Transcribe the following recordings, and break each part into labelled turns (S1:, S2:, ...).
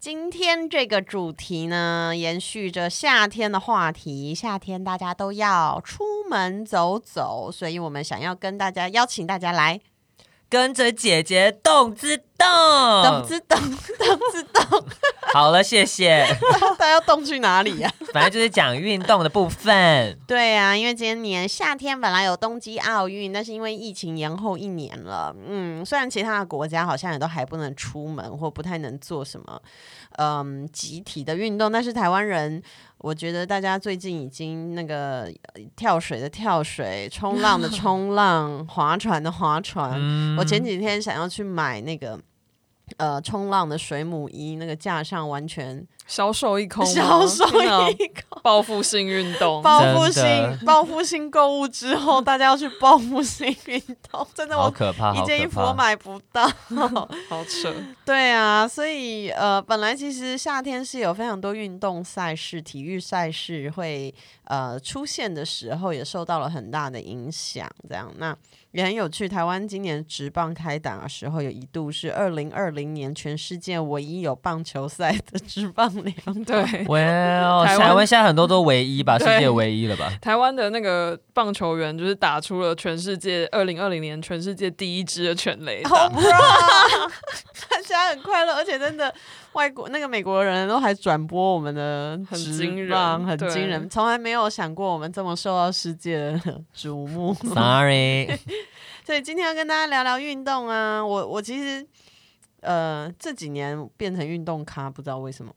S1: 今天这个主题呢，延续着夏天的话题，夏天大家都要出门走走，所以我们想要跟大家邀请大家来
S2: 跟着姐姐动之 动，
S1: 动之动动之动，
S2: 好了，谢谢。
S1: 大家要动去哪里呀、
S2: 反正就是讲运动的部分。
S1: 对啊，因为今年夏天本来有冬季奥运，但是因为疫情延后一年了。嗯，虽然其他的国家好像也都还不能出门或不太能做什么，嗯，集体的运动，但是台湾人，我觉得大家最近已经那个呃跳水的跳水，冲浪的冲浪，划船的划船。
S2: 嗯
S1: 我前几天想要去买那个。呃，冲浪的水母衣那个架上完全
S3: 销售一空吗，
S1: 销售
S3: 天哪
S1: 一空，
S3: 报复性运动。
S1: 报复
S2: 真
S1: 性报复性购物之后，大家要去报复性运动， 真的
S2: 好
S1: 我
S2: 可怕，
S1: 一
S2: 好
S1: 件衣
S2: 可
S1: 服我
S2: 怕。
S1: 买不到。
S3: 好扯，
S1: 对啊，所以呃，本来其实夏天是有非常多运动赛事、体育赛事会呃出现的时候，也受到了很大的影响。这样那也很有趣。台湾今年职棒开打的时候，有一度是二零二零年全世界唯一有棒球赛的职棒联盟。
S3: 对。
S2: Well，
S3: 台湾
S2: 台湾现在很多都唯一吧，世
S3: 对
S2: 界唯一了吧？
S3: 台湾的那个棒球员就是打出了全世界二零二零年全世界第一支的全垒
S1: 哦
S3: 打，
S1: 大家很快乐，而且真的外国那个美国人都还转播我们的
S3: 很
S1: 直
S3: 惊人
S1: 棒很
S3: 对
S1: 惊人，从来没有想过我们这么受到世界的瞩目。
S2: Sorry，
S1: 所以今天要跟大家聊聊运动啊，我我其实呃这几年变成运动咖，不知道为什么。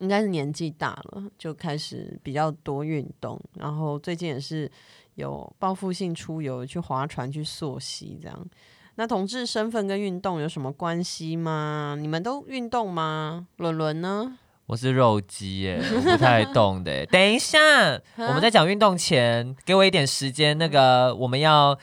S1: 应该是年纪大了，就开始比较多运动，然后最近也是有报复性出游，去划船、去溯溪这样。那同志身份跟运动有什么关系吗？你们都运动吗？伦伦呢？
S2: 我是肉鸡 耶，我不太动的耶。等一下，我们在讲运动前，给我一点时间。那个我们要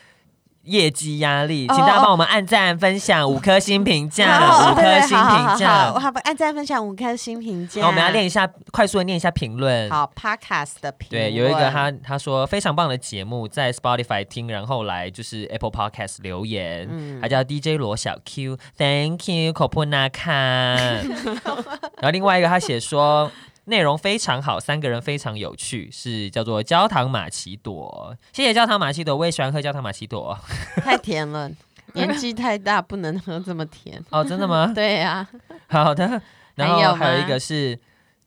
S2: 业绩压力，
S1: 嗯哦
S2: 请大家帮我们按赞、分 享、五颗星评价，
S1: 好
S2: 五颗星评
S1: 对对好好好好
S2: 价。
S1: 好，按赞分享五颗星评价。
S2: 然后我们要念一下，快速的念一下评论。
S1: 好 podcast 的评
S2: 对，
S1: 论。
S2: 有一个他他说非常棒的节目，在 Spotify 听，然后来就是 Apple Podcast 留言，
S1: 嗯
S2: 他叫 DJ 罗小 Q，Thank you k o p u n a k a 然后另外一个他写说。内容非常好，三个人非常有趣，是叫做焦糖玛奇朵。谢谢焦糖玛奇朵，我也喜欢喝焦糖玛奇 朵。
S1: 太甜了，年纪太大不能喝这么甜。
S2: 哦，真的吗？
S1: 对啊呀、
S2: 好的。然后
S1: 还有吗
S2: 还有一个是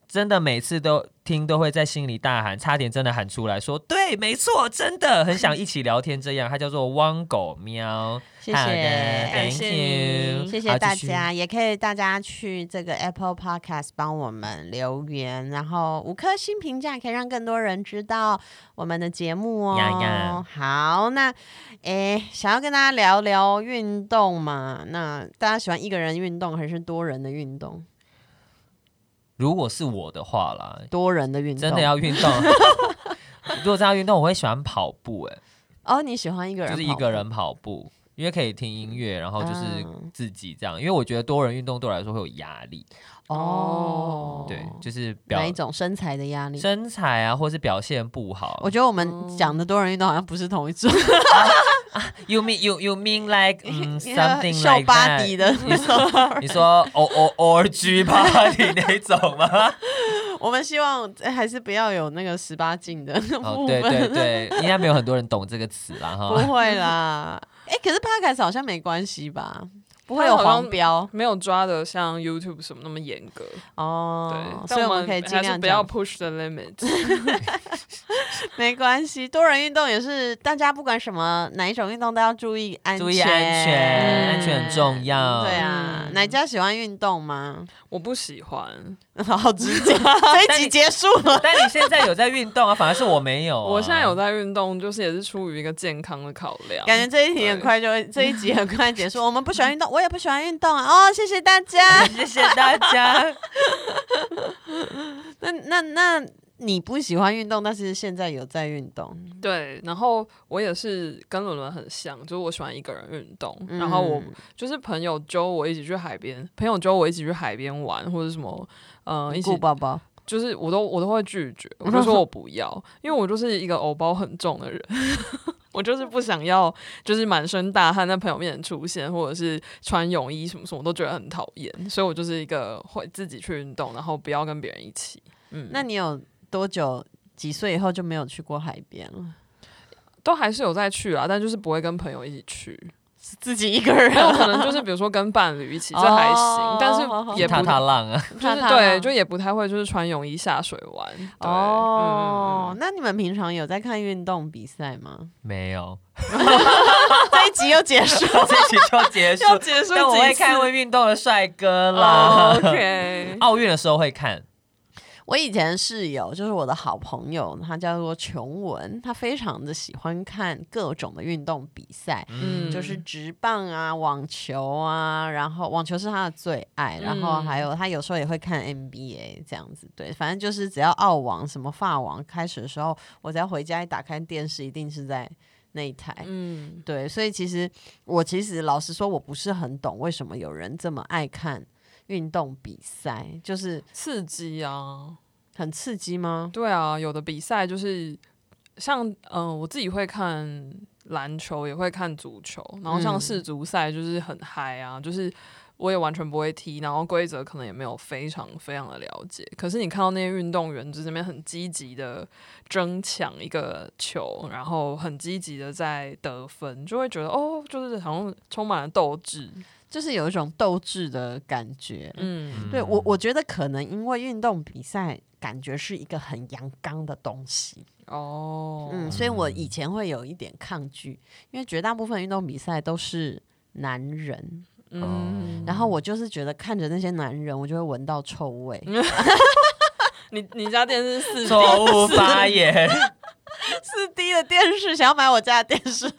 S2: 真的，每次都听都会在心里大喊，差点真的喊出来说，对，没错，真的很想一起聊天这样。他叫做汪狗喵，
S1: 谢
S2: 好的
S1: 谢。
S2: ，Thank
S3: 感谢你
S2: you，
S1: 谢
S2: 好
S1: 谢大。
S2: 继续
S1: 家，也可以大家去这个 Apple Podcast 帮我们留言，然后五颗星评价可以让更多人知道我们的节目哦。
S2: 呀呀
S1: 好，那诶，想要跟大家聊聊运动嘛？那大家喜欢一个人运动还是多人的运动？
S2: 如果是我的话啦，
S1: 多人的运动
S2: 真的要运 动。如果真的要运动，我会喜欢跑步、欸，
S1: 哦，你喜欢一个人？
S2: 就是一个。人跑步，因为可以听音乐，然后就是
S1: 嗯
S2: 自己这样。因为我觉得多人运动对我来说会有压力，
S1: 哦，
S2: 对，就是表
S1: 哪一种身材的压力？
S2: 身材啊，或是表现不好。
S1: 我觉得我们讲的多人运动好像不是同一种，
S2: You mean you you mean like 嗯 something
S1: 瘦
S2: like
S1: 巴底
S2: that？
S1: 的。
S2: 你说 O O O G party 那种吗？
S1: 我们希望呃还是不要有那个十八禁的
S2: 哦，
S1: 部
S2: 对
S1: 分。
S2: 对对， 应该没有很多人懂这个词啦哈。
S1: 不会啦。 哎、可是 podcast 好像没关系吧？不会
S3: 它
S1: 有
S3: 好像
S1: 黄标
S3: 没有抓的像 YouTube 什么那么严格。
S1: 哦
S3: 对，，
S1: 所以
S3: 但
S1: 我
S3: 我
S1: 们可以尽
S3: 还是
S1: 量
S3: 不要
S1: 讲。
S3: push the limit。
S1: 没关系，多人运动也是大家不管什么哪一种运动都要注意安全，
S2: 注意安全，
S3: 嗯
S2: 安全很重要。
S1: 对啊，
S3: 嗯
S1: 哪家喜欢运动吗？
S3: 我不喜欢，
S1: 好直 接，这一集结束了。
S2: 但你现在有在运动啊，反而是我没有啊、
S3: 我现在有在运动，就是也是出于一个健康的考量。
S1: 感觉这一题很快就会，这一集很快结 束。我们不喜欢运动，我也不喜欢运动啊哦。谢谢大家。
S2: 谢谢大家。
S1: 那那那你不喜欢运动，但是现在有在运动，
S3: 对，然后我也是跟伦伦很像，就是我喜欢一个人运动，然后我
S1: 嗯
S3: 就是朋友揪我一起去海边，朋友揪我一起去海边玩或者什么，嗯、一起
S1: 顾宝宝，
S3: 就是我都我都会拒绝，我就说我不要，因为我就是一个偶包很重的人， 我就是不想要就是满身大汗在朋友面前出现，或者是穿泳衣什么什么，我都觉得很讨厌，所以我就是一个会自己去运动，然后不要跟别人一起。嗯，
S1: 那你有多久几岁以后就没有去过海边了？
S3: 都还是有在去啊，但就是不会跟朋友一起去，
S1: 自己一个 人
S3: 还有可能就是比如说跟伴侣一起，这还行
S1: 哦，
S3: 但是
S1: 好好好
S3: 也不
S2: 踏踏浪啊，
S3: 就是对，就也不太会就是穿泳衣下水玩。对
S1: 哦，
S3: 嗯嗯嗯
S1: 那你们平常有在看运动比赛 吗？
S2: 没有，
S1: 这一集又结束，
S2: 这一集就结束。
S3: 要结束
S2: 但我会
S3: 几次
S2: 看会运动的帅哥啦。
S3: 哦 OK，
S2: 奥运的时候会看，
S1: 我以前室友就是我的好朋友，他叫做琼文，他非常的喜欢看各种的运动比赛，
S2: 嗯，
S1: 就是直棒啊、网球啊，然后网球是他的最爱，然后
S3: 嗯
S1: 还有他有时候也会看 NBA 这样子，对，反正就是只要澳网、什么法网开始的时候，我只要回家一打开电视，一定是在那一台，
S3: 嗯，
S1: 对，所以其实我其实老实说，我不是很懂为什么有人这么爱看运动比赛，就是
S3: 刺激啊，
S1: 很刺激吗？
S3: 对啊，有的比赛就是像嗯、呃我自己会看篮球，也会看足球，然后像
S1: 嗯
S3: 世足赛就是很嗨啊，就是。我也完全不会踢，然后规则可能也没有非常非常的了解。可是你看到那些运动员就是那边很积极的争抢一个球，然后很积极的在得分，就会觉得哦，就是好像充满了斗志。
S1: 就是有一种斗志的感觉。
S3: 嗯，
S1: 对我，我觉得可能因为运动比赛感觉是一个很阳刚的东西，
S3: 哦，
S1: 嗯，所以我以前会有一点抗拒，因为绝大部分运动比赛都是男人，
S3: 嗯，
S1: 然后我就是觉得看着那些男人，我就会闻到臭味，
S3: 你你家店是四
S2: 嗯错误发 言，
S1: 四 D 的电视想要买我家的电视，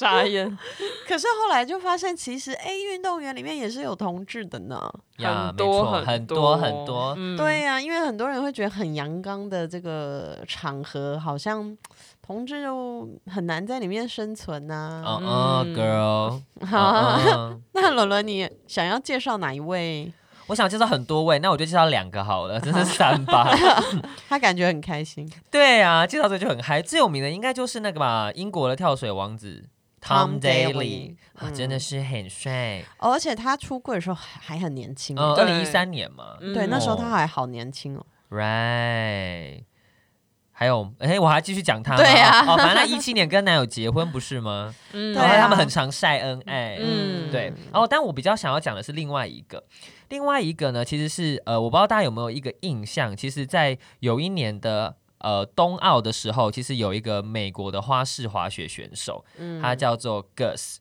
S3: 傻眼，
S1: 可是后来就发现，其实哎，运动员里面也是有同志的呢。
S2: 呀
S3: 很
S2: 没
S3: 多
S2: 错很
S3: 多
S2: 多很多
S3: 嗯
S1: 对呀、因为很多人会觉得很阳刚的这个场合，好像同志就很难在里面生存啊呐、
S2: 嗯嗯
S3: 嗯
S2: ，girl，嗯嗯
S1: 那伦伦，你想要介绍哪一位？
S2: 我想介绍很多位，那我就介绍两个好了，真是三八。
S1: 他感觉很开心。
S2: 对啊，介绍这就很嗨。最有名的应该就是那个吧，英国的跳水王子 Tom
S1: Tom
S2: Daley
S1: Daley，
S2: 啊，
S1: 嗯
S2: 真的是很帅。
S1: 哦、而且他出柜的时候还还很年轻、欸
S2: 嗯，二
S3: 对
S2: 零一三年嘛，
S3: 嗯
S1: 对，那时候
S2: 哦
S1: 他还好年轻哦。
S2: Right，还有，哎、我还要继续讲他吗。
S1: 对啊
S2: 哦，反正他一七年跟男友结婚不是吗？
S3: 嗯
S1: 对
S2: 然后
S1: 啊
S2: 他们很常晒恩爱。
S3: 嗯
S2: 对，哦，但我比较想要讲的是另外一个，另外一个呢，其实是呃，我不知道大家有没有一个印象，其实，在有一年的呃冬奥的时候，其实有一个美国的花式滑雪选手，
S1: 嗯，
S2: 他叫做 Gus，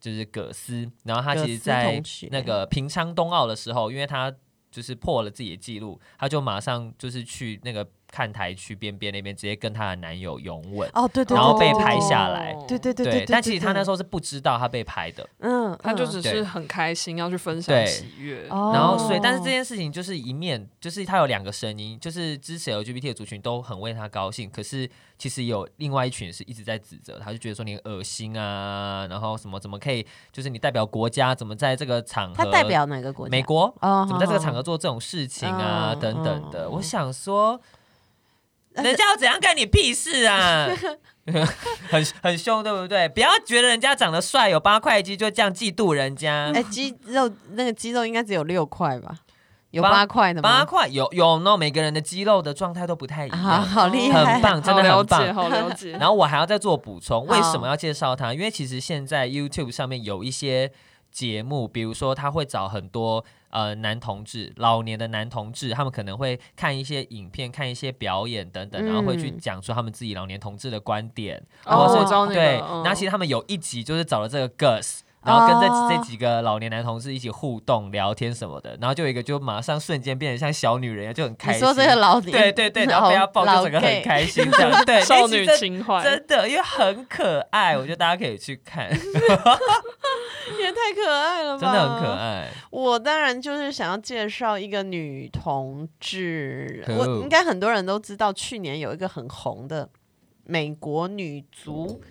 S2: 就是葛斯，然后他
S1: 葛
S2: 其实
S1: 斯
S2: 在
S1: 同学
S2: 那个平昌冬奥的时候，因为他就是破了自己的记录，他就马上就是去那个看台区边边那边直接跟她的男友拥吻。
S1: 哦，对对，
S2: 然后被
S1: 对对
S2: 拍下来
S1: 对对对对。
S2: 但其实他那时
S1: 候，
S2: 候是不知道他被拍的，
S1: 嗯，
S3: 他就
S1: 嗯
S3: 只
S2: 对
S3: 是很开心要去分享
S2: 对
S3: 喜悦，
S1: 哦
S2: 然后 所以，但是这件事情就是一面，就是他有两个声音，就是支持 LGBT 的族群都很为他高兴，可是其实有另外一群是一直在指责他，就觉得说你很恶心啊，然后什么怎么可以，就是你代表国家怎么在这个场合，
S1: 他代表哪个国家？
S2: 美国
S1: 哦，
S2: 怎么在这个场
S1: 合？
S2: 合做这种事情啊，
S1: 嗯
S2: 等等的。
S1: 嗯
S2: 我想说，
S1: 那
S2: 人家要怎样干你屁事 啊？很很凶，对不对？不要觉得人家长得帅有八块肌就这样嫉妒人家
S1: 哎、。肌肉那个肌肉应该只有六块吧？有
S2: 八
S1: 八块的吗？
S2: 八块有有那每个人的肌肉的状态都不太一
S1: 啊，
S2: 样，
S1: 好厉害！
S2: 很棒，真
S3: 好
S2: 的
S3: 了
S2: 很
S3: 解，
S2: 棒。
S3: 好了 解。
S2: 然后我还要再做补充，
S1: 好
S2: 为什么要介绍他？因为其实现在 YouTube 上面有一些节目，比如说他会找很多呃男同志、老年的男同志，他们可能会看一些影片、看一些表演等等，
S1: 嗯
S2: 然后会去讲出他们自己老年同志的观点，
S3: 哦
S2: 或者
S1: 我
S2: 是
S1: 知
S3: 道那个
S2: 对。
S3: 嗯
S2: 然后其实他们有一集就是找了这个 Gus。然后跟这、
S1: 哦
S2: 这几个老年男同事一起互动、聊天什么的，然后就有一个就马上瞬间变得像小女人一样，就很开
S1: 你
S2: 心。
S1: 说这个老年
S2: 对对 对，然后被他抱就整个
S1: 老
S2: 很
S1: gay
S2: 开心，这 样对
S3: 少女
S2: 那一集
S3: 情
S2: 真
S3: 怀，
S2: 真的，因为很可爱，我觉得大家可以去看， 真
S1: 也太可爱了吧，
S2: 的很可。爱。
S1: 我当然就是想要介绍一个女同志，
S2: Cool
S1: 我应该很多人都知道，去年有一个很红的美国女足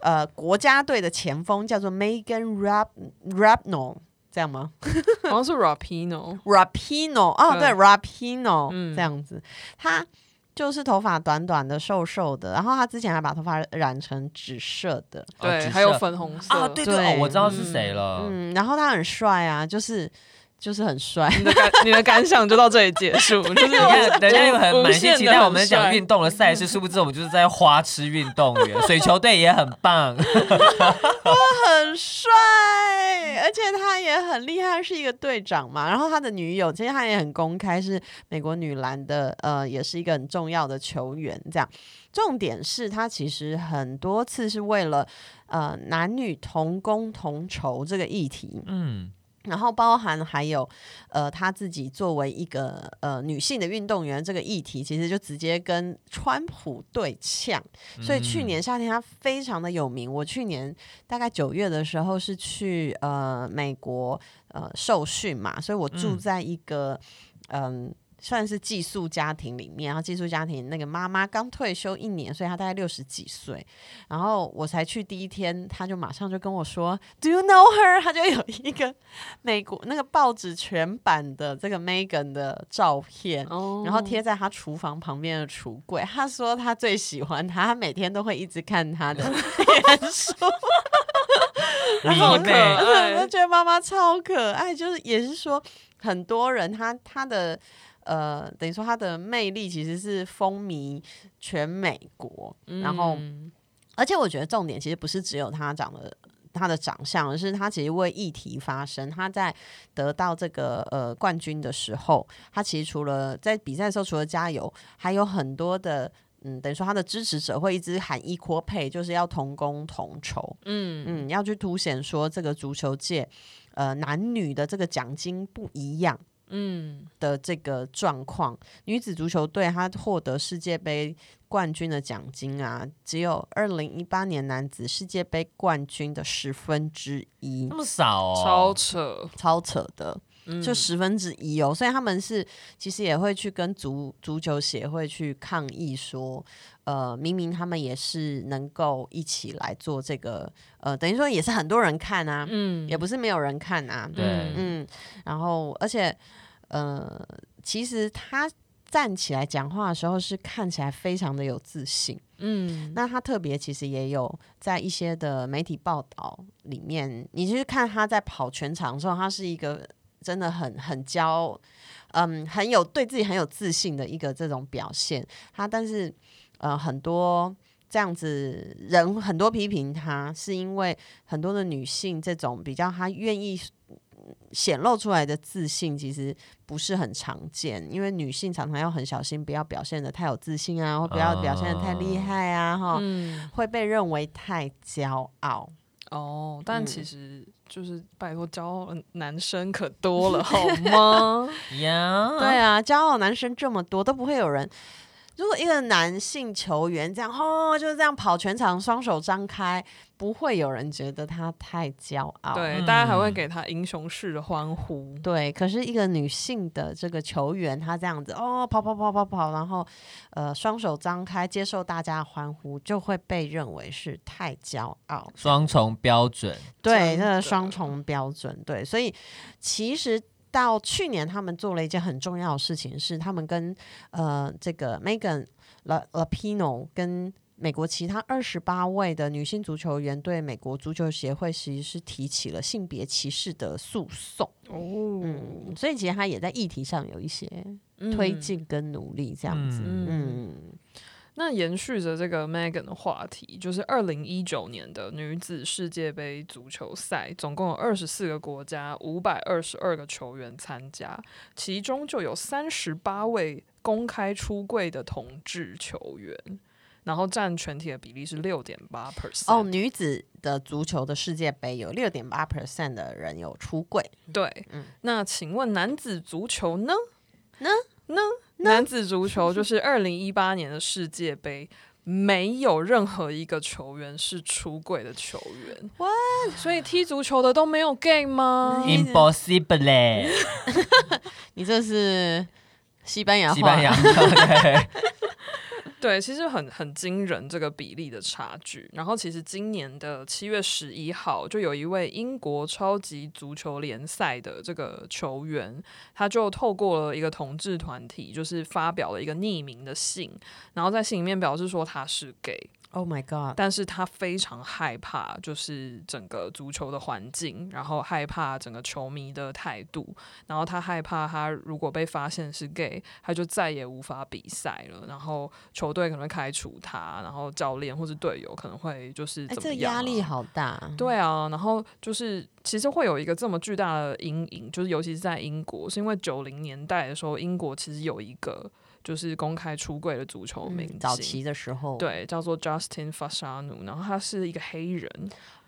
S1: 呃国家队的前锋叫做 Megan Rap Rapno，这样吗
S3: 好像是 Rapino，
S1: ？Rapino 哦，对
S3: 对
S1: ，Rapino、
S3: 嗯
S1: 这样子，她。就是头发短短的、瘦瘦的，然后她之前还把头发染成紫色的，
S2: 哦
S3: 对，
S2: 紫
S3: 还有
S2: 色
S3: 粉红色
S2: 啊，对对
S1: 对
S2: 哦，我知道是谁了。
S1: 嗯，然后他很帅啊，就是就是很帅，
S3: 你的感你的感想就到这里结束， 就是
S2: 你看，人家有很满心期待我们讲
S3: 讲
S2: 运动的赛事，殊不知我们就是在花痴运动员。水球队也很棒，
S1: 很帅，而且他也很厉害，是一个队长嘛。然后他的女友，其实他也很公开，是美国女篮的，呃，也是一个很重要的球员。这样，重点是他其实很多次是为了呃男女同工同酬这个议题，
S2: 嗯，
S1: 然后包含还有，呃，她自己作为一个呃女性的运动员，这个议题其实就直接跟川普对呛，所以去
S2: 嗯
S1: 年夏天她非常的有名。我去年大概九月的时候是去呃美国呃受训嘛，所以我住
S2: 嗯
S1: 在一个嗯。算是寄宿家庭里面，然后寄宿家庭那个妈妈刚退休一年，所以她大概六十几岁，然后我才去第一天，她就马上就跟我说，Do you know her？她就有一个美国那个报纸全版的这个 Megan 的照片，
S3: 哦
S1: 然后贴在他厨房旁边的橱柜。他说他最喜欢他，他每天都会一直看他的脸书。
S2: 迷
S3: 后
S2: 妹
S3: 可爱
S1: 我觉得妈妈超可爱，就是也是说很多人他他的呃，等于说他的魅力其实是风靡全美国，然后。
S3: 嗯
S1: 而且我觉得重点其实不是只有他长得他的长相，而是他其实为议题发声。他在得到这个呃冠军的时候，他其实除了在比赛的时候除了加油，还有很多的嗯，等于说他的支持者会一直喊 equal pay，就是要同工同酬。
S3: 嗯
S1: 嗯，要去凸显说这个足球界呃男女的这个奖金不一样。
S3: 嗯
S1: 的这个状况，女子足球队她获得世界杯冠军的奖金啊，只有二零一八年男子世界杯冠军的十分之一
S2: 那，么少
S3: 超
S2: 哦，
S3: 扯，
S1: 超扯的，
S3: 嗯
S1: 就十分之一哦。所以他们是其实也会去跟足足球协会去抗议说，呃，明明他们也是能够一起来做这个，呃，等于说也是很多人看啊，
S3: 嗯
S1: 也不是没有人看啊，
S2: 对，
S1: 嗯，然后而且呃，其实他站起来讲话的时候是看起来非常的有自信。
S3: 嗯
S1: 那他特别其实也有在一些的媒体报道里面，你去看他在跑全场的时候，他是一个真的很很骄傲，嗯，很有对自己很有自信的一个这种表现。他但是呃很多。这样子人很多批评他，是因为很多的女性这种比较，她愿意显露出来的自信其实不是很常见，因为女性常常要很小心，不要表现的太有自信啊，或不要表现的太厉害啊，
S2: 哦
S1: 哈、
S3: 嗯
S1: 会被认为太骄傲。
S3: 哦，但
S1: 嗯
S3: 其实就是拜托，骄傲的男生可多 了好吗？
S2: 呀，
S1: 对啊，骄傲男生这么多都不会有人。如果一个男性球员这样哦，就是这样跑全场，双手张开，不会有人觉得他太骄傲。
S3: 对，
S2: 嗯
S3: 大家还会给他英雄式的欢呼。
S1: 对，可是一个女性的这个球员，她这样子哦，跑跑跑跑跑，然后呃，双手张开接受大家的欢呼，就会被认为是太骄傲。
S2: 双重标准，
S1: 对，
S3: 真
S1: 那个
S3: 的
S1: 双重标准，对，所以其实到去年他们做了一件很重要的事情，是他们跟呃这个 Megan La Lapino 跟美国其他二十八位的女性足球员对美国足球协会其实是提起了性别歧视的诉讼，
S3: 哦，
S1: 嗯，所以其实他也在议题上有一些推进跟努力这样子，
S2: 嗯
S3: 嗯，
S1: 嗯
S3: 那延续着这个 Megan 的话题，就是二零一九年的女子世界杯足球赛，总共有二十四个国家、五百二十二个球员参加，其中就有三十八位公开出柜的同志球员。然后占全体的比例是六点八 percent。
S1: 哦，女子的足球的世界杯有六点八 percent 的人有出柜，
S3: 对，
S1: 嗯
S3: 那请问男子足球呢？
S1: 呢
S3: 呢？男子足球就是 二零一八年的世界杯。没有任何一个球员是出柜的球员，哇！所以踢足球的都没有 gay 吗？
S1: 嗯
S2: Impossible，
S1: 你这是西班牙话，
S2: 西班牙 对，
S3: 对，其实很很惊人这个比例的差距。然后其实今年的七月十一号，就有一位英国超级足球联赛的这个球员，他就透过了一个同志团体，就是发表了一个匿名的信，然后在信里面表示说他是 gay，
S1: Oh my god！
S3: 但是他非常害怕，就是整个足球的环境，然后害怕整个球迷的态度，然后他害怕他如果被发现是 gay，他就再也无法比赛了，然后球队可能会开除他，然后教练或是队友可能会就是
S1: 哎、
S3: 怎
S1: 这
S3: 么
S1: 个
S3: 样、啊
S1: 压力。好大。
S3: 对啊，然后就是其实会有一个这么巨大的阴影，就是尤其是在英国，是因为九零年代的时候，英国其实有一个就是公开出柜的足球明星，
S1: 嗯，早期的时候，
S3: 对，叫做 Justin Fasanu，然后他是一个黑人，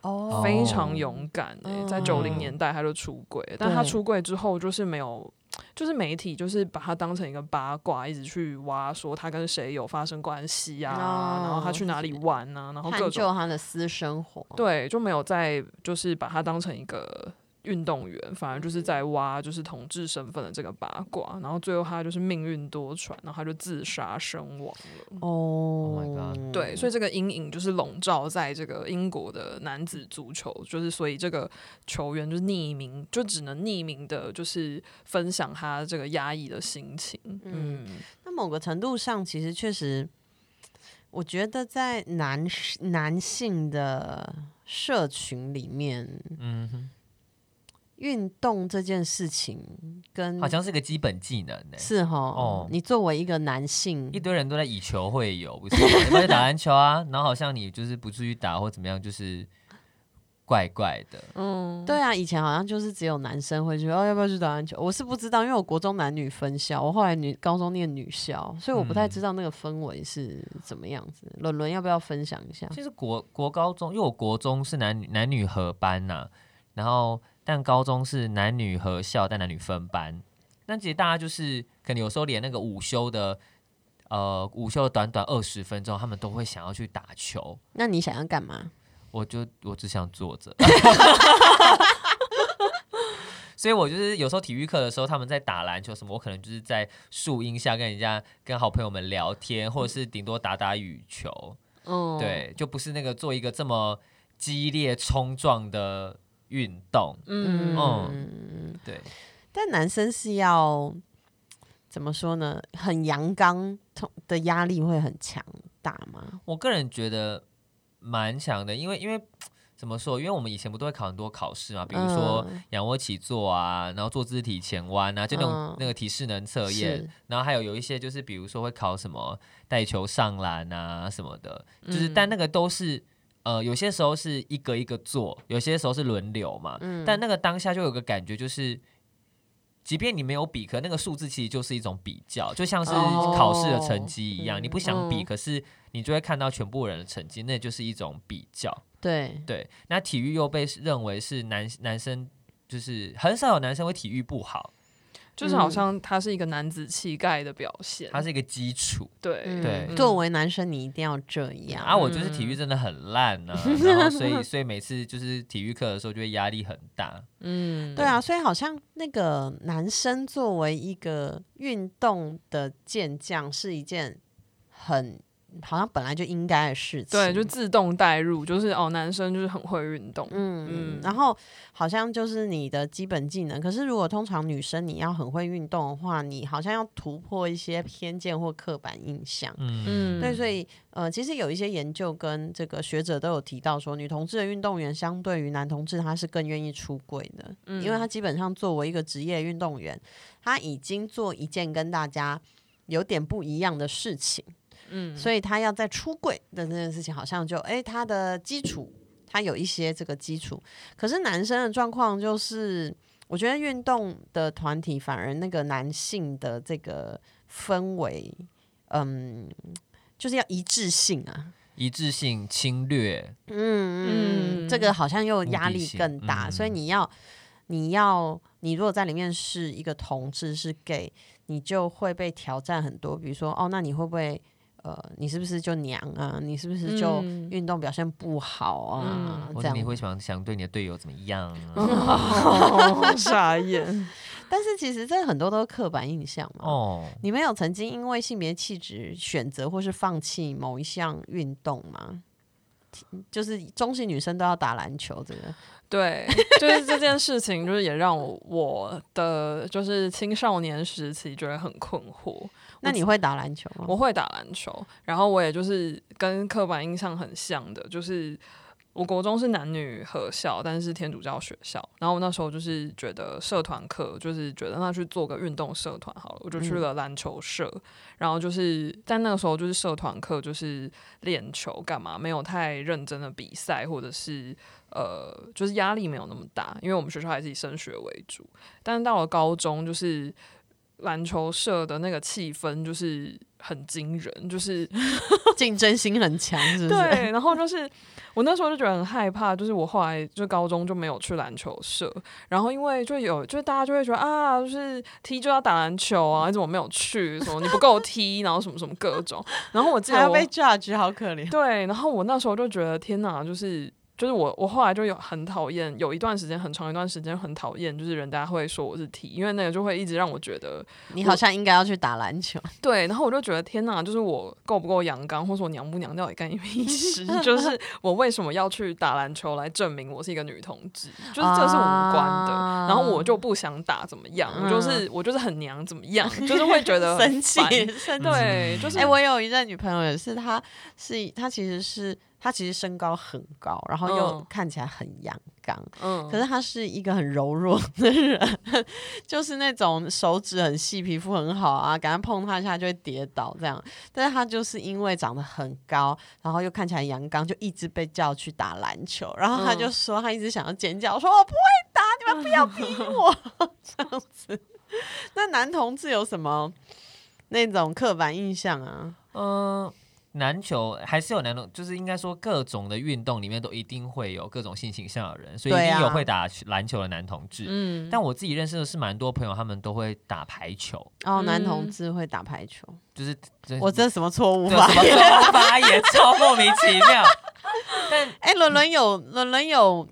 S1: 哦，
S3: 非常勇敢、欸，在
S1: 嗯
S3: 九零年代他就出柜，但他出柜之后就是没有，就是媒体就是把他当成一个八卦，一直去挖说他跟谁有发生关系啊，
S1: 哦
S3: 然后他去哪里玩啊，然后各
S1: 探
S3: 种
S1: 究他的私生活。
S3: 对，就没有再就是把他当成一个。运动员反而就是在挖就是同志身份的这个八卦，然后最后他就是命运多舛，然后他就自杀身亡了。
S1: 哦
S2: my god
S3: ，Oh 对，所以这个阴影就是笼罩在这个英国的男子足球，就是所以这个球员就是匿名，就只能匿名的，就是分享他这个压抑的心情。嗯，
S1: 那某个程度上，其实确实，我觉得在男男性的社群里面，
S2: 嗯哼，
S1: 运动这件事情跟
S2: 好像是个基本技能呢、
S1: 嗯是哈
S2: 哦
S1: 你作为一个男性
S2: 一，堆人都在以球会友，不是吗？ 你们去打篮球啊，然后好像你就是不出去打或怎么样，就是怪怪的。
S3: 嗯
S1: 对啊，以前好像就是只有男生会去哦，要不要去打篮球？我是不知道，因为我国中男女分校，我后来女高中念女校，所以我不太
S2: 嗯
S1: 知道那个氛围是怎么样子。伦伦要不要分享一下？
S2: 其实国国高中，因为我国中是男女男女合班呐、然后但高中是男女合校，但男女分班。那其实大家就是可能有时候连那个午休的，呃，午休的短短二十分钟，他们都会想要去打球。
S1: 那你想要干嘛？
S2: 我就我只想坐着。 所以我就是有时候体育课的时候，他们在打篮球什么，我可能就是在树荫下跟人家、跟好朋友们聊天，或者是顶多打打羽球。
S1: 哦
S3: 嗯，
S2: 对，就不是那个做一个这么激烈冲撞的运动。
S3: 嗯，
S2: 嗯对，
S1: 但男生是要怎么说呢？很阳刚同的压力会很强大吗？
S2: 我个人觉得蛮强的，因为因为怎么说？因为我们以前不都会考很多考试嘛，比如说
S1: 嗯
S2: 仰卧起坐啊，然后坐姿体前弯啊，就那种、
S1: 嗯
S2: 那个体适能测验
S1: 是，
S2: 然后还有有一些就是比如说会考什么带球上篮啊什么的，就是、
S3: 嗯
S2: 但那个都是。呃，有些时候是一个一个做，有些时候是轮流嘛。
S3: 嗯
S2: 但那个当下就有个感觉，就是即便你没有比，可那个数字其实就是一种比较，就像是
S3: 哦
S2: 考试的成绩一样，
S1: 嗯
S2: 你不想比，
S3: 嗯
S2: 可是你就会看到全部人的成绩，那就是一种比较。
S1: 对，
S2: 对，那体育又被认为是男男生，就是很少有男生会体育不好，
S3: 就是
S1: 嗯
S3: 好像他是一个男子气概的表现。
S2: 它是一个基础。
S3: 对、
S2: 对
S1: 嗯作为男生你一定要这样
S2: 啊，我就是体
S1: 嗯
S2: 育真的很烂呢、然后所 以所以每次就是体育课的时候就会压力很大。
S3: 嗯，
S1: 对啊，所以好像那个男生作为一个运动的健将是一件很好像本来就应该的事情。
S3: 对，就自动带入，就是哦，男生就是很会运动。
S1: 嗯
S3: 嗯，
S1: 然后好像就是你的基本技能。可是如果通常女生你要很会运动的话，你好像要突破一些偏见或刻板印象。
S2: 嗯，
S3: 嗯，
S1: 对，所以呃，其实有一些研究跟这个学者都有提到说，女同志的运动员相对于男同志，他是更愿意出柜的，嗯因
S3: 嗯
S1: 为他基本上作为一个职业运动员，他已经做一件跟大家有点不一样的事情，
S3: 嗯，
S1: 所以他要在出柜的这件事情，好像就哎，他的基础，他有一些这个基础。可是男生的状况就是，我觉得运动的团体反而那个男性的这个氛围，嗯，就是要一致性啊。
S2: 一致性、侵略，
S1: 嗯嗯，
S3: 嗯
S1: 这个好像又
S2: 目
S1: 压
S2: 的
S1: 力
S2: 性
S1: 更大，所以
S2: 嗯
S1: 你要，你要，你如果在里面是一个同志，是 gay，你就会被挑战很多，比如说，哦，那你会不会，呃，你是不是就娘啊？你是不是就
S3: 嗯
S1: 运动表现不好啊？
S3: 嗯
S2: 或
S1: 这
S2: 者你
S1: 样。
S2: 会想想对你的队友怎么样啊、
S3: 哦 傻眼。
S1: 但是其实这很多都是刻板印象嘛。
S2: 哦，
S1: 你们有曾经因为性别气质选择或是放弃某一项运动吗？就是中性女生都要打篮球，这个
S3: 对，就是这件事情，就是也让我我的就是青少年时期觉得很困惑。
S1: 那你会打篮球吗？
S3: 我会打篮球，然后我也就是跟刻板印象很像的，就是我国中是男女合校，但是天主教学校。然后我那时候就是觉得社团课，就是觉得那去做个运动社团好了，我就去
S1: 嗯
S3: 了篮球社。然后就是但那个时候就是社团课，就是练球干嘛，没有太认真的比赛，或者是呃，就是压力没有那么大，因为我们学校还是以升学为主。但是到了高中，就是篮球社的那个气氛就是很惊人，就是
S1: 竞争心很强，是不是？
S3: 对，然后就是我那时候就觉得很害怕，就是我后来就高中就没有去篮球社，然后因为就有就大家就会觉得啊，就是踢就要打篮球啊，你怎么没有去？什么你不够踢，然后什么什么各种，然后我记
S1: 还
S3: 得
S1: 要
S3: 我
S1: 被 judge，好可怜。
S3: 对，然后我那时候就觉得天哪，就是。就是我，我后来就有很讨厌，有一段时间很长一段时间很讨厌，就是人家会说我是 T，因为那个就会一直让我觉得
S1: 你好像应该要去打篮球，
S3: 对，然后我就觉得天哪，就是我够不够阳刚，或是我娘不娘，到底干你屁事？就是 我为什么要去打篮球来证明我是一个女同志？就是这是无关的。
S1: 啊嗯
S3: 然后我就不想打怎么样，我就是我就是很娘怎 么样，就是会觉得很
S1: 生气
S3: 烦，嗯
S1: 生气。
S3: 对，就是
S1: 哎、我有一任女朋友也是，她是她其实是她其实身高很高，然后又
S3: 嗯
S1: 看起来很阳刚，
S3: 嗯，
S1: 可是她是一个很柔弱的人， 就是那种手指很细、皮肤很好啊，赶快碰她一下就会跌倒这样。但是她就是因为长得很高，然后又看起来阳刚，就一直被叫去打篮球，然后她就
S3: 嗯
S1: 说她一直想要尖叫，我说我不会打，你们不要逼我 这样子。那男同志有什么那种刻板印象啊？
S2: 嗯，篮球还是有男同，就是应该说各种的运动里面都一定会有各种性倾向的人，所以一
S1: 对
S2: 定有
S1: 啊
S2: 会打篮球的男同志。
S3: 嗯，
S2: 但我自己认识的是蛮多朋友，他们都会打排球，
S1: 哦，男同
S3: 嗯
S1: 志会打排球，
S2: 就是
S1: 我这什么错误啊
S2: 对
S1: 吧
S2: 什？么 中发也超莫名其妙。但
S1: 哎，伦伦有伦伦有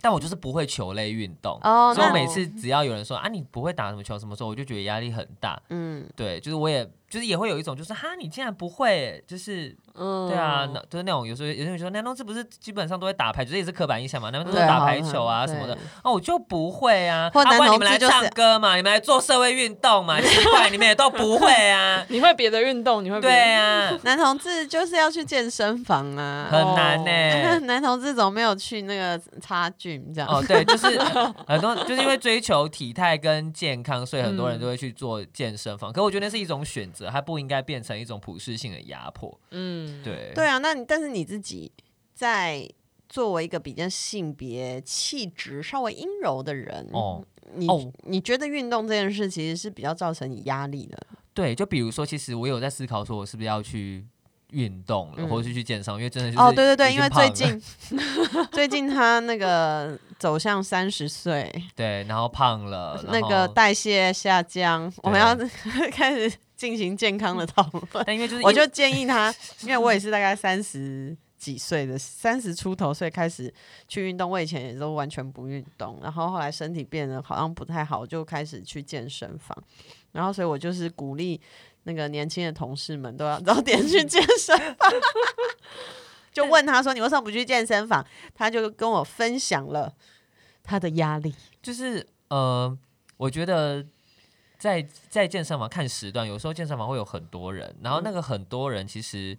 S2: 但我就是不会球类运动，
S1: 哦，
S2: 所以
S1: 那
S2: 我每次只要有人说啊你不会打什么球什么时候，我就觉得压力很大。
S1: 嗯。
S2: 对，就是我也就是也会有一种就是哈你竟然不会，就是
S3: 嗯，
S2: 对啊，那就是那种有时候有些人说男同志不是基本上都会打排球，这也是刻板印象嘛，男同志
S1: 对
S2: 打
S1: 好
S2: 排
S1: 像
S2: 球啊
S1: 对
S2: 什么的。哦，我就不会啊，
S1: 或
S2: 啊不然你
S1: 男同
S2: 们
S1: 志
S2: 来
S1: 就是
S2: 唱歌嘛，你们来做社会运动嘛，奇怪，你们也都不会 啊
S3: 你会别的运动，你会别的
S2: 对啊，
S1: 男同志就是要去健身房啊。
S2: 很难欸呢、
S1: 男同志怎么没有去那个差距这样？
S2: 哦，对，就是 很多，就是因为追求体态跟健康，所以很多人
S3: 嗯
S2: 都会去做健身房。可我觉得那是一种选择，它不应该变成一种普适性的压迫。
S3: 嗯，
S2: 对，
S1: 对啊，那你但是你自己在作为一个比较性别气质稍微阴柔的人，
S2: 哦，
S1: 你、
S2: 哦
S1: 你觉得运动这件事其实是比较造成你压力的，
S2: 对，就比如说，其实我有在思考，说我是不是要去运动了，
S1: 嗯
S2: 或者是去健身，因为真的就是
S1: 哦，对对对，
S2: 已
S1: 因
S2: 经
S1: 为
S2: 胖
S1: 最
S2: 了
S1: 近 最近他那个走向三十岁，
S2: 对，然后胖了，
S1: 那
S2: 然后
S1: 个代谢下降，我们要 开始进行健康的讨论。
S2: 但因为就是
S1: 我
S2: 一
S1: 就建 议他，因为我也是大概三十几岁的三十出头，所以开始去运动。我以前也都完全不运动，然后后来身体变得好像不太好，就开始去健身房。然后，所以我就是鼓励那个年轻的同事们都要早点去健身房。 就问他说：“你为什么不去健身房？”他就跟我分享了他的压力。
S2: 就是呃，我觉得在在健身房看时段，有时候健身房会有很多人，然后那个很多人其实。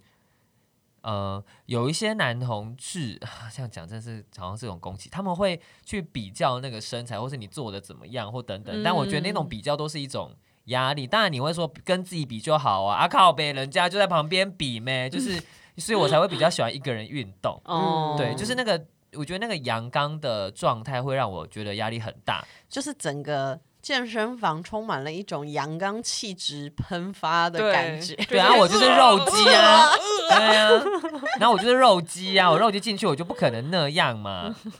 S2: 呃，有一些男同志，啊这样讲真是好像是一种攻击，他们会去比较那个身材，或是你做的怎么样，或等等。但我觉得那种
S3: 嗯
S2: 比较都是一种压力。当然你会说跟自己比就好啊，啊靠呗，人家就在旁边比呗，就是，所以我才会比较喜欢一个人运动。
S3: 哦，
S2: 对，就是那个，我觉得那个阳刚的状态会让我觉得压力很大。
S1: 就是整个健身房充满了一种阳刚气质喷发的
S3: 对
S1: 感觉。
S2: 对啊，我就是肉鸡啊，对啊，然后我就是肉鸡啊，我肉鸡进去我就不可能那样嘛。
S1: 嗯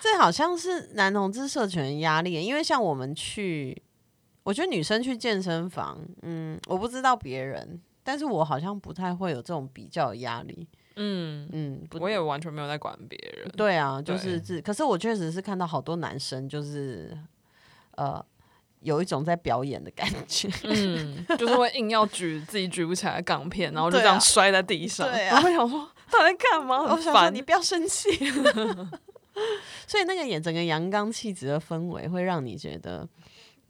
S1: 这好像是男同志社群的压力，因为像我们去，我觉得女生去健身房，嗯，我不知道别人，但是我好像不太会有这种比较的压力，
S3: 嗯，
S1: 嗯，不
S3: 我也完全没有在管别人。
S1: 对啊，就
S3: 对
S1: 是自，可是我确实是看到好多男生就是，呃，有一种在表演的感觉，
S3: 嗯，就是会硬要举自己举不起来的杠片，然后就
S1: 对啊
S3: 这样摔在地上。
S1: 对啊
S3: 然后我想说 他在干嘛？
S1: 我
S3: 很
S1: 想说
S3: 烦
S1: 你。不要生气。 所以那个演整个阳刚气质的氛围，会让你觉得，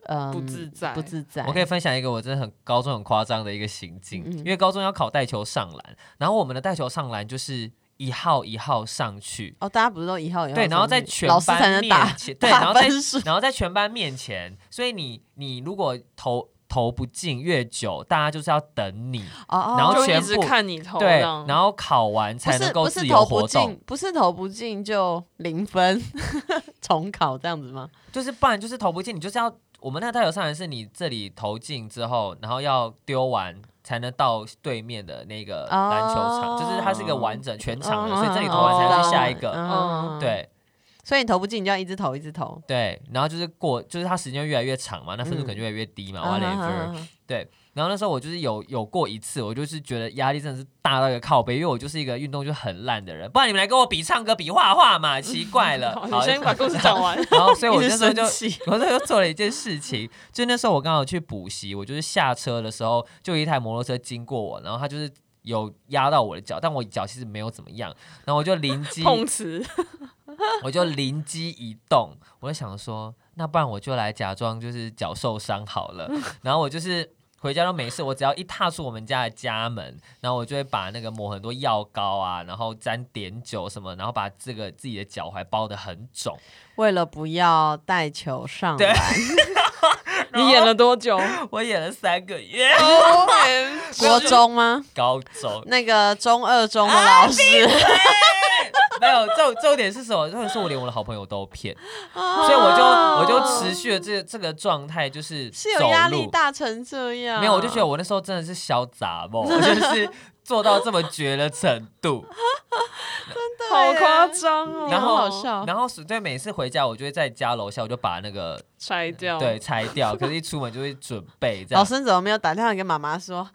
S1: 嗯，
S3: 不自在
S1: 不自在。
S2: 我可以分享一个我真的很高中很夸张的一个行径，
S1: 嗯
S2: 因为高中要考带球上篮，然后我们的带球上篮就是一号一号上去，
S1: 哦，大家不是都一号一号
S2: 对，
S1: 上
S2: 然后在
S1: 去
S2: 全
S1: 老师才
S2: 班
S1: 能打
S2: 面前，对，
S1: 打
S2: 然后在
S1: 分数
S2: 然后在全班面前，所以你你如果投投不进越久，大家就是要等你，
S1: 哦哦，
S2: 然后
S3: 就
S2: 全
S3: 一直
S2: 部
S3: 看你头这
S2: 对，
S3: 样，
S2: 然后考完
S1: 不
S2: 才能
S1: 是
S2: 够
S1: 不
S2: 自
S1: 是
S2: 由
S1: 投不
S2: 活动
S1: 进，，不是投不进就零分， 重考这样子吗？
S2: 就是不然就是投不进，你就是要我们那个带球上篮是你这里投进之后，然后要丢完。才能到对面的那个篮球场
S1: 哦
S2: 就是它是一个完整全场的欸
S1: 嗯
S2: 所以这里
S1: 嗯
S2: 投完才
S1: 嗯
S2: 能去
S1: 嗯
S2: 下一个。
S1: 嗯
S3: 嗯，
S2: 对
S1: 所以你投不进，你就要一直投一直投。
S2: 对，然后就是过，就是它时间越来越长嘛，那分数可能
S1: 嗯
S2: 就越来越低嘛、w
S1: 啊
S2: h a
S1: 哈
S2: t e v
S1: 哈哈
S2: e r
S1: 哈
S2: 然后那时候我就是有有过一次，我就是觉得压力真的是大到一个靠背，因为我就是一个运动就很烂的人。不然你们来跟我比唱歌、比画画嘛，奇怪 了。
S1: 哦
S3: 好
S2: 好
S3: 你先把故事讲完。
S2: 然后所以我
S1: 一
S2: 那
S1: 直
S2: 时候
S1: 生
S2: 就，
S1: 气。
S2: 我那时候就做了一件事情，就那时候我刚好去补习，我就是下车的时候，就有一台摩托车经过我，然后它就是有压到我的脚，但我脚其实没有怎么样，然后我就灵 机
S3: 碰瓷，
S2: 我就灵机一动，我就想说，那不然我就来假装就是脚受伤好了。然后我就是回家都没事，我只要一踏出我们家的家门，然后我就会把那个抹很多药膏啊，然后沾碘酒什么，然后把这个自己的脚踝包得很肿。
S1: 为了不要带球上
S2: 对
S1: 来，
S3: 你演了多久？
S2: 我演了三个月，
S1: ，Oh 国中吗？
S2: 高中。
S1: 那个中二中的
S2: 啊
S1: 老师，
S2: 没有重重点是什么？重点是我连我的好朋友都骗，
S1: 啊
S2: 所以我就我就持续了这这个状态，就是
S1: 是有
S2: 走
S1: 压力
S2: 路
S1: 大成这样。
S2: 没有，我就觉得我那时候真的是小杂 梦，我就是做到这么绝的程度。
S1: 对
S3: 好
S1: 耶
S3: 夸张哦！
S2: 然后
S1: 哎好 好笑
S2: 然后所以每次回家，我就会在家楼下，我就把那个
S3: 拆掉，
S2: 对，拆掉，可是一出门就会准备这
S1: 老
S2: 样。
S1: 师怎么没有打电话给妈妈说，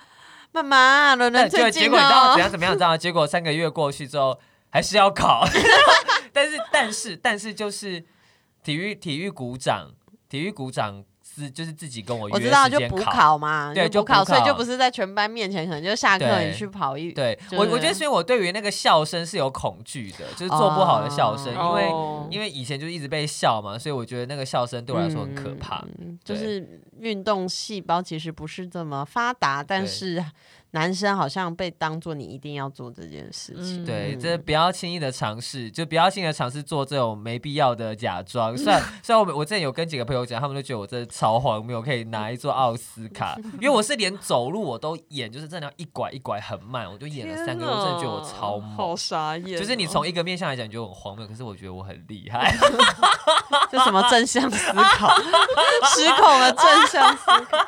S1: 妈妈伦
S2: 但
S1: 伦
S2: 就
S1: 最
S2: 结
S1: 近
S2: 果你知道
S1: 哦
S2: 怎，样怎么样，你知道吗？结果三个月过去之后还是要考， 但是但是但是就是体育体育股长，体育股长是就是自己跟我约
S1: 我知道
S2: 时
S1: 就
S2: 间
S1: 补
S2: 考。
S1: 考嘛，
S2: 对
S1: 就
S2: 就
S1: 补考，
S2: 补考
S1: 所以就不是在全班面前，可能就下课
S2: 对
S1: 你去跑一，
S2: 对
S1: 就是
S2: 我，我觉得所以我对于那个笑声是有恐惧的，就是做不好的笑声，因为
S3: 哦
S2: 因为以前就一直被笑嘛，所以我觉得那个笑声对我来说很可怕。
S1: 嗯就
S2: 对
S1: 是运动细胞其实不是这么发达，但
S2: 对
S1: 是男生好像被当做你一定要做这件事情。
S3: 嗯
S2: 对，这不要轻易的尝试，就不要轻易的尝试做这种没必要的假装。虽然虽然我们我之前有跟几个朋友讲，他们就觉得我真的超荒谬，可以拿一座奥斯卡，因为我是连走路我都演，就是真的要一拐一拐很慢，我就演了三个，我真的觉得我超
S3: 天哪好
S2: 猛。
S3: 傻眼哦。
S2: 就是你从一个面向来讲，你觉得我很荒谬，可是我觉得我很厉害。
S1: 这什么正向思考， 失控的正向 思考。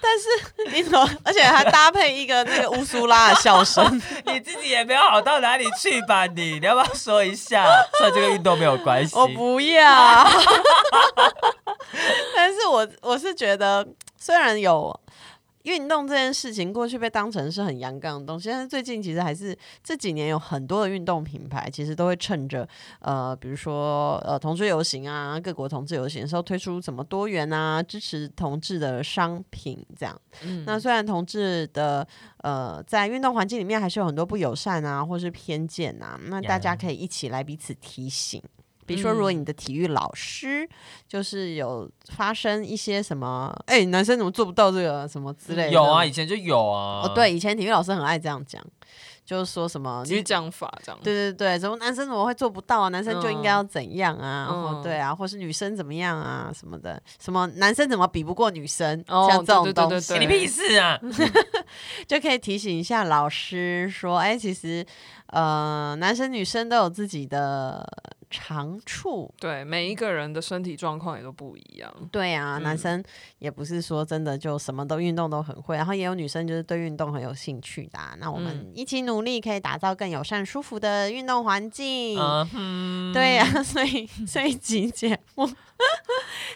S1: 但是你怎么，而且还搭配一个那个乌苏拉的笑声，
S2: 你自己也没有好到哪里去吧你？你要不要说一下？虽然这个运动没有关系，
S1: 我不要。但是我我是觉得，虽然有。运动这件事情过去被当成是很阳刚的东西，但是最近其实还是这几年有很多的运动品牌，其实都会趁着呃，比如说呃同志游行啊，各国同志游行的时候推出什么多元啊，支持同志的商品这样。
S3: 嗯
S1: 那虽然同志的呃在运动环境里面还是有很多不友善啊，或是偏见啊，那大家
S2: 呀
S1: 可以一起来彼此提醒。比如说，如
S3: 嗯
S1: 果你的体育老师就是有发生一些什么，哎、男生怎么做不到这个什么
S3: 嗯
S1: 之类的？
S2: 有啊，以，前就有啊。
S1: 哦，对，以前体育老师很爱这样讲，就是说什么
S3: 激将法这样，
S1: 对对对，怎么男生怎么会做不到啊？男生就应该要怎样啊？
S3: 嗯
S1: 或对啊，或是女生怎么样啊？什么的，什么男生怎么比不过女生？
S3: 哦
S1: 像这种
S3: 对对对
S1: 东
S3: 对
S1: 西
S2: 给，你屁事啊！
S1: 就可以提醒一下老师说，哎，其实呃，男生女生都有自己的长处。
S3: 对，每一个人的身体状况也都不一样。
S1: 对啊，
S3: 嗯
S1: 男生也不是说真的就什么都运动都很会，然后也有女生就是对运动很有兴趣的啊、那我们
S3: 嗯
S1: 一起努力，可以打造更友善、舒服的运动环境。
S2: 嗯哼
S1: 对呀、 所以这一集节目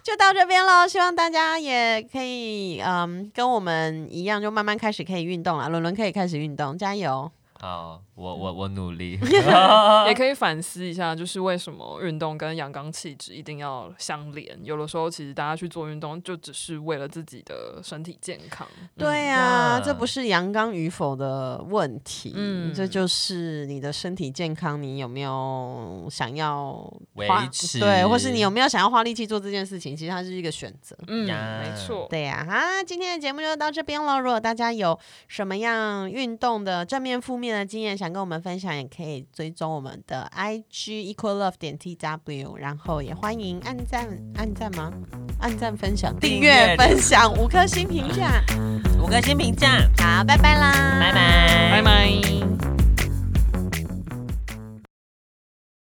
S1: 就到这边喽。希望大家也可以，嗯，跟我们一样，就慢慢开始可以运动了。伦伦可以开始运动，加油！
S2: 好，我我我努力。
S3: 也可以反思一下，就是为什么运动跟阳刚气质一定要相连？有的时候，其实大家去做运动，就只是为了自己的身体健康。
S1: 对呀、
S2: 那
S1: 这不是阳刚与否的问题，
S3: 嗯
S1: 这就是你的身体健康，你有没有想要
S2: 维
S1: 花
S2: 持
S1: 对，或是你有没有想要花力气做这件事情？其实它是一个选择。
S3: 嗯，
S2: 呀
S3: 没错。
S1: 对呀、哈，今天的节目就到这边了。如果大家有什么样运动的正面、负面的经验想跟我们分享，也可以追踪我们的 IG equal love 点 tw，然后也欢迎按赞、按赞吗？按赞、分享、
S2: 订
S1: 订
S2: 阅
S1: 阅、分享五颗星评价。
S2: 五颗星评价，
S1: 好，拜拜啦，
S2: 拜拜，
S3: 拜拜。